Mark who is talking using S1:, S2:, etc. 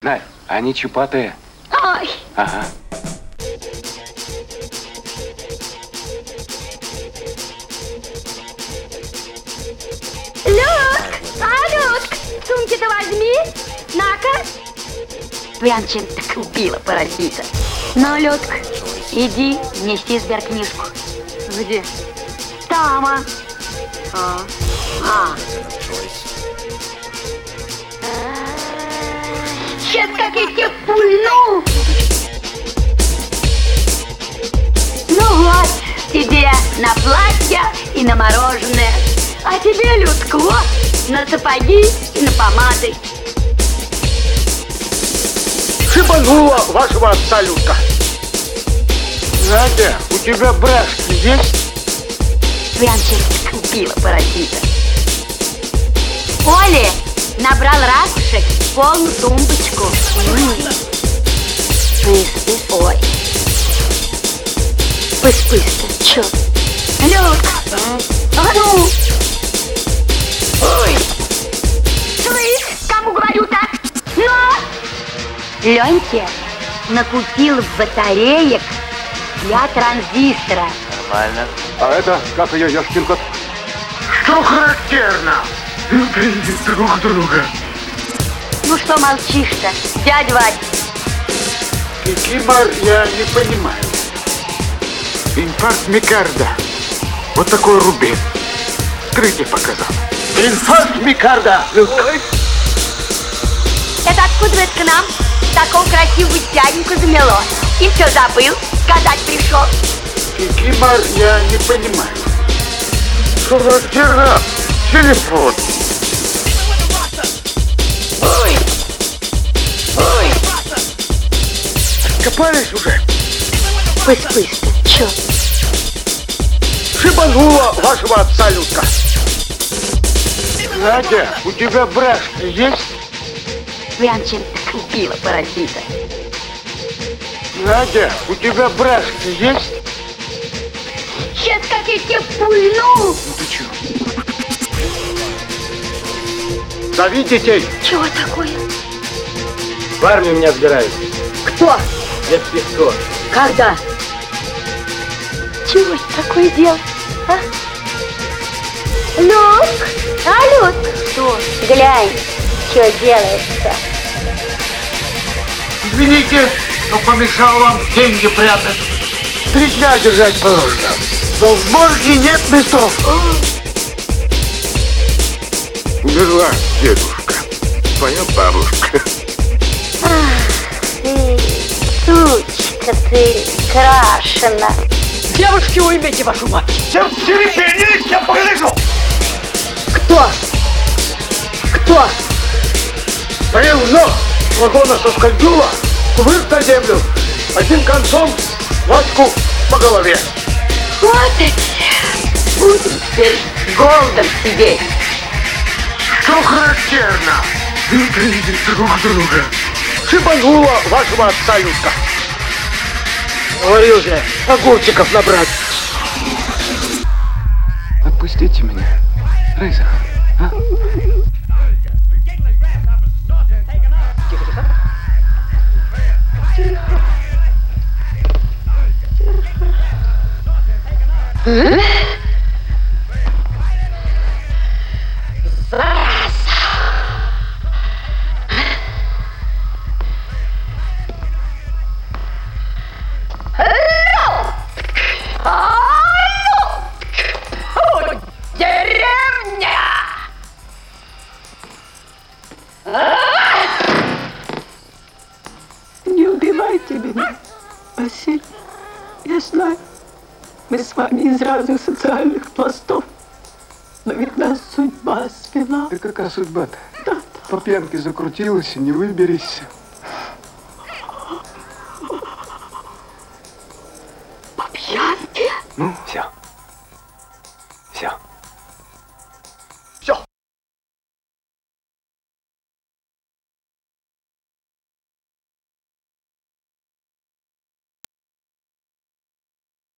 S1: Надь, они чупатые.
S2: Ой,
S1: Ага.
S2: Люк! А, Люк! Сумки-то возьми! На-ка!
S3: Брянчин так убила паразита.
S2: Ну,
S3: Но, Людк, иди нести сберкнижку. Где? Тама. А. А.
S2: Сейчас как я тебе пульну!
S3: Ну вот, тебе на платье и на мороженое. А тебе, Людк, вот, на сапоги и на помады.
S4: Шибанула вашего отца Люка. Надя, у тебя брашки есть?
S3: Брянчин так убила паразита. Оли набрал ракушек в полную тумбочку. М. Пыс, пыс, ой. Пыс, пыс, ты чё? Люк! А ну!
S2: Слышь, кому говорю так?
S3: Ну?
S2: Но!
S3: Леньке накупил батареек для транзистора.
S1: А это, как ее, ешкин кот?
S4: Что характерно? Любите друг друга.
S3: Ну что молчишь-то, дядь Вадь?
S4: Кикимор я не понимаю. Инфаркт Микарда. Вот такой рубин. Третий показал. Инфаркт Микарда.
S3: Это откуда это к нам такого красивого дяденьку замело? И все забыл, сказать пришел.
S4: Кикимор я не понимаю. Что характерно? Телефон. Копались уже?
S3: Пыс, пыс, ты чё?
S4: Шибанула вашего отца Людка. Надя, у тебя брашки есть?
S3: Брянчин так убила паразита.
S4: Надя, у тебя брашки есть?
S2: Сейчас как я тебе пульну!
S4: Зови детей.
S2: Чего такое?
S5: В армию меня сгорают.
S3: Кто?
S5: Лет в песто.
S3: Когда?
S2: Чего ж такое дело? А? Люк! А, Люк? Что? Глянь, что делается.
S4: Извините, но помешал вам деньги прятать. Три дня держать положено. Но в морге нет ментов. Умерла дедушка. Твоя бабушка.
S2: Ты, сучка ты, крашена.
S6: Девушки, уймите вашу мать!
S4: Всем терпение, я погляжу.
S6: Кто? Кто?
S4: Бревно с вагона соскользнуло, вверх на землю, одним концом Ваську по голове.
S3: Вот и Будем теперь голодом сидеть.
S4: Что характерно? Любите друг друга. Шибанула вашего отца Юрка. Говорил же, огурчиков набрать.
S1: Отпустите меня. Рызах.
S2: Деревня!
S6: Не убивайте меня, Василий. Я знаю, мы с вами из разных социальных пластов. Но ведь нас судьба свела.
S1: Да какая судьба-то? По пьянке закрутилась и не выберись.
S6: По пьянке?
S1: Ну, все. Все.